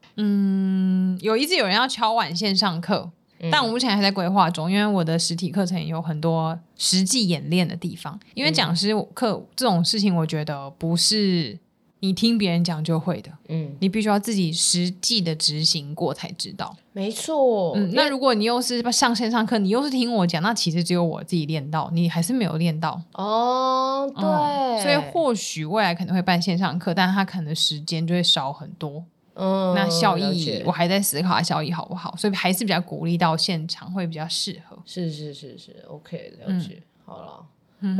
Speaker 2: 嗯有一直有人要敲碗线上课，
Speaker 1: 嗯
Speaker 2: 但我目前还在规划中，因为我的实体课程有很多实际演练的地方。因为讲师课这种事情，我觉得不是你听别人讲就会的，
Speaker 1: 嗯，
Speaker 2: 你必须要自己实际的执行过才知道。
Speaker 1: 没错，
Speaker 2: 嗯，那如果你又是上线上课，你又是听我讲，那其实只有我自己练到，你还是没有练到。
Speaker 1: 哦，对，
Speaker 2: 嗯所以或许未来可能会办线上课，但它可能时间就会少很多。
Speaker 1: 嗯
Speaker 2: 那效
Speaker 1: 了
Speaker 2: 益
Speaker 1: 解
Speaker 2: 我还在思考它效益好不好，所以还是比较鼓励到现场会比较适合。
Speaker 1: 是是是是，OK，了
Speaker 2: 嗯
Speaker 1: 解，好了。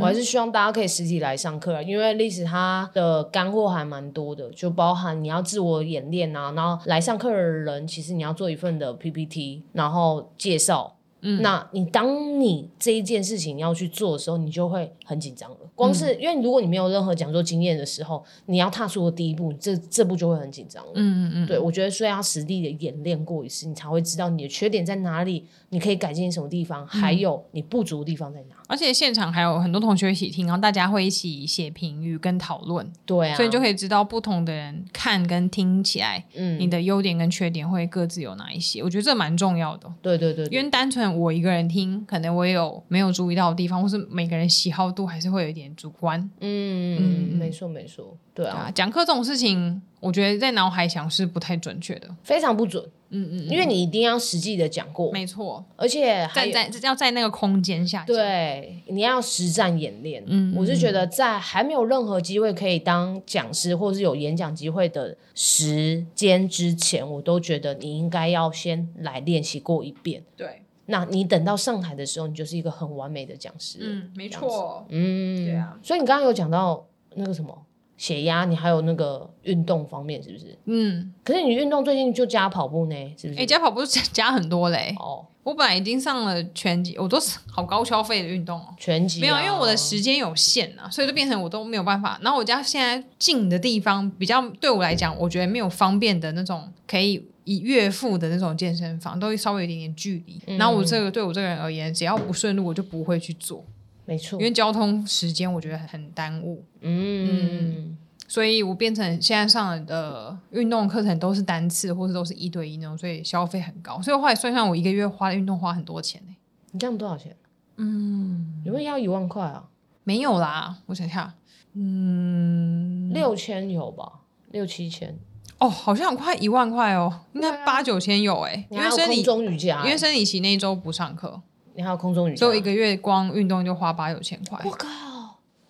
Speaker 1: 我还是希望大家可以实体来上课啊，因为历史它的干货还蛮多的，就包含你要自我演练啊，然后来上课的人其实你要做一份的 PPT，然后介绍。嗯，那你当你这一件事情要去做的时候，你就会很紧张了。光是、
Speaker 2: 嗯
Speaker 1: 因为如果你没有任何讲座经验的时候，你要踏出的第一步，这这步就会很紧张了。
Speaker 2: 嗯嗯嗯，
Speaker 1: 对，我觉得所以要实地的演练过一次，你才会知道你的缺点在哪里，你可以改进什么地方，
Speaker 2: 嗯
Speaker 1: 还有你不足的地方在哪。
Speaker 2: 而且现场还有很多同学一起听，然后大家会一起写评语跟讨论，
Speaker 1: 对啊，
Speaker 2: 所以你就可以知道不同的人看跟听起来，
Speaker 1: 嗯，
Speaker 2: 你的优点跟缺点会各自有哪一些。我觉得这蛮重要的哦，
Speaker 1: 对对对对
Speaker 2: 因为单纯我一个人听，可能我也有没有注意到的地方，或是每个人喜好度还是会有一点主观。
Speaker 1: 嗯，
Speaker 2: 嗯
Speaker 1: 没错没错，对
Speaker 2: 对
Speaker 1: 啊，
Speaker 2: 啊，讲课这种事情，我觉得在脑海想是不太准确的。
Speaker 1: 非常不准，
Speaker 2: 嗯嗯，
Speaker 1: 因为你一定要实际的讲过，
Speaker 2: 没错，
Speaker 1: 而且还
Speaker 2: 站
Speaker 1: 有
Speaker 2: 在要在那个空间下讲。
Speaker 1: 对，你要实战演练。
Speaker 2: 嗯
Speaker 1: 我是
Speaker 2: 嗯
Speaker 1: 觉得在还没有任何机会可以当讲师或是有演讲机会的时间之前，我都觉得你应该要先来练习过一遍。
Speaker 2: 对，
Speaker 1: 那你等到上台的时候，你就是一个很完美的讲师。
Speaker 2: 嗯，没
Speaker 1: 这样
Speaker 2: 错，
Speaker 1: 嗯
Speaker 2: 对啊。
Speaker 1: 所以你刚刚有讲到那个什么血压，你还有那个运动方面是不是？
Speaker 2: 嗯，
Speaker 1: 可是你运动最近就加跑步呢，是不是？
Speaker 2: 哎、家跑步加加很多嘞、
Speaker 1: 哦，
Speaker 2: 我本来已经上了拳击，我都是好高消费的运动哦。
Speaker 1: 拳击啊、
Speaker 2: 没有，因为我的时间有限啊，所以就变成我都没有办法。然后我家现在近的地方比较对我来讲，我觉得没有方便的那种可以以月付的那种健身房，都会稍微有一点点距离。然后我这个对我这个人而言，只要不顺路，我就不会去做，
Speaker 1: 没错
Speaker 2: 因，为交通时间我觉得很耽误。
Speaker 1: 嗯，
Speaker 2: 所以我变成现在上了的呃运动课程都是单次，或是都是一对一那种，所以消费很高。所以我后来算算，我一个月花运动花很多钱呢、
Speaker 1: 你这样多少钱？嗯，有没有要一万块啊？
Speaker 2: 没有啦，我想一下，
Speaker 1: 六千有吧？六七千，
Speaker 2: 哦，好像有快一万块哦，应
Speaker 1: 对
Speaker 2: 该
Speaker 1: 啊
Speaker 2: 八九千有哎、
Speaker 1: 你
Speaker 2: 因
Speaker 1: 还
Speaker 2: 为
Speaker 1: 有
Speaker 2: 生理
Speaker 1: 空中瑜伽、
Speaker 2: 因为生理期那一周不上课，
Speaker 1: 你还有空中瑜伽
Speaker 2: 所以我一，个月光运动就花八九千块
Speaker 1: 我，靠，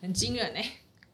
Speaker 2: 很惊人哎、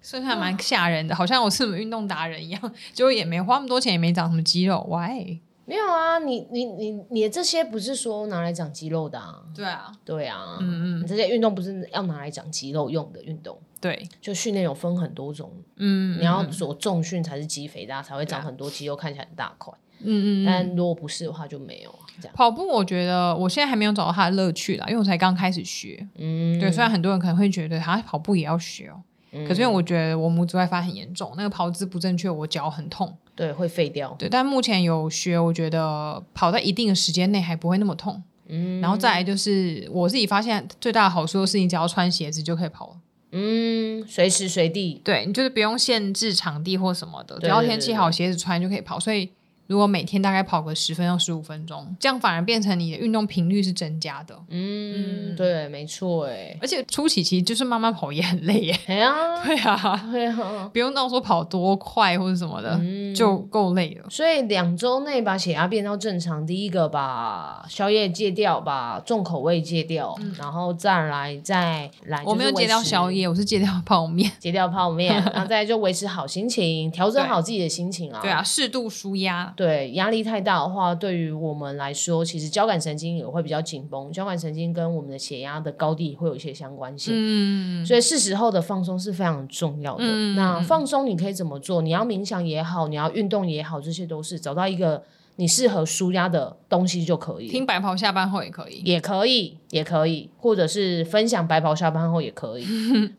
Speaker 2: 算是还蛮吓人的，好像我是什么运动达人一样， 结果也没花那么多钱，也没长什么肌肉，why？
Speaker 1: 没有啊，你你你你这些不是说拿来长肌肉的啊？
Speaker 2: 对啊，
Speaker 1: 对啊，
Speaker 2: 嗯
Speaker 1: 你这些运动不是要拿来长肌肉用的运动，
Speaker 2: 对，
Speaker 1: 就训练有分很多种，
Speaker 2: 嗯，
Speaker 1: 你要做重训才是肌肥大，才会长
Speaker 2: 对啊
Speaker 1: 很多肌肉，看起来很大块。
Speaker 2: 嗯嗯嗯。
Speaker 1: 但如果不是的话，就没有啊这样。
Speaker 2: 跑步，我觉得我现在还没有找到它的乐趣啦，因为我才刚开始学。
Speaker 1: 嗯，
Speaker 2: 对，虽然很多人可能会觉得啊，跑步也要学哦，
Speaker 1: 嗯
Speaker 2: 可是因为我觉得我拇指外翻很严重，那个跑姿不正确，我脚很痛。
Speaker 1: 对会废掉。
Speaker 2: 对，但目前有学，我觉得跑在一定的时间内还不会那么痛。
Speaker 1: 嗯
Speaker 2: 然后再来就是我自己发现最大的好处是，你只要穿鞋子就可以跑了。
Speaker 1: 嗯，随时随地，
Speaker 2: 对，你就是不用限制场地或什么的，
Speaker 1: 对
Speaker 2: 只要
Speaker 1: 对
Speaker 2: 天
Speaker 1: 对
Speaker 2: 气
Speaker 1: 对
Speaker 2: 好，鞋子穿就可以跑。所以如果每天大概跑个十分到十五分钟，这样反而变成你的运动频率是增加的。
Speaker 1: 嗯，对，没错，哎，
Speaker 2: 而且初期其实就是慢慢跑也很累耶。
Speaker 1: 哎呀，
Speaker 2: 对啊，
Speaker 1: 对啊，
Speaker 2: 不用到说跑多快或者什么的，
Speaker 1: 嗯
Speaker 2: 就够累了。
Speaker 1: 所以两周内把血压变到正常，第一个把宵夜戒掉，把重口味戒掉，然后再来再来，
Speaker 2: 嗯我没有戒掉宵，夜，我是戒掉泡面。
Speaker 1: 戒掉泡 面，然后再来就维持好心情，调整
Speaker 2: 对
Speaker 1: 好自己的心情啊。
Speaker 2: 对啊，适度舒压。
Speaker 1: 对，压力太大的话，对于我们来说，其实交感神经也会比较紧绷，交感神经跟我们的血压的高低会有一些相关性。
Speaker 2: 嗯，
Speaker 1: 所以是时候的放松是非常重要的。
Speaker 2: 嗯
Speaker 1: 那
Speaker 2: 嗯
Speaker 1: 放松你可以怎么做？你要冥想也好，你要运动也好，这些都是找到一个你适合舒压的东西就可以了。
Speaker 2: 听白袍下班后也可以。
Speaker 1: 也可以，也可以，或者是分享白袍下班后也 可以，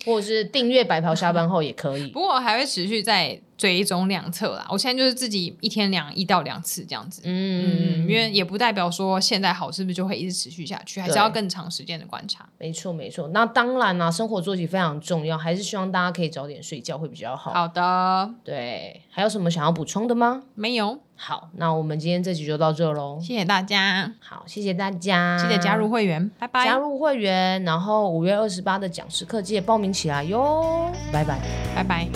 Speaker 1: 或者是订阅白袍下班后也可以。
Speaker 2: 不过我还会持续在追踪两侧啦。我现在就是自己一天量一到两次这样子。嗯，
Speaker 1: 嗯，
Speaker 2: 因为也不代表说现在好是不是就会一直持续下去，还是
Speaker 1: 对
Speaker 2: 要更长时间的观察。
Speaker 1: 没错没错。那当然啦、生活作息非常重要，还是希望大家可以早点睡觉会比较好。
Speaker 2: 好的，
Speaker 1: 对，还有什么想要补充的吗？
Speaker 2: 没有，
Speaker 1: 好，那我们今天这集就到这喽。
Speaker 2: 谢谢大家，
Speaker 1: 好，谢谢大家，
Speaker 2: 记得加入会员，拜拜，
Speaker 1: 加入会员，然后五月二十八的讲师课记得报名起来哟。拜拜。
Speaker 2: 拜拜。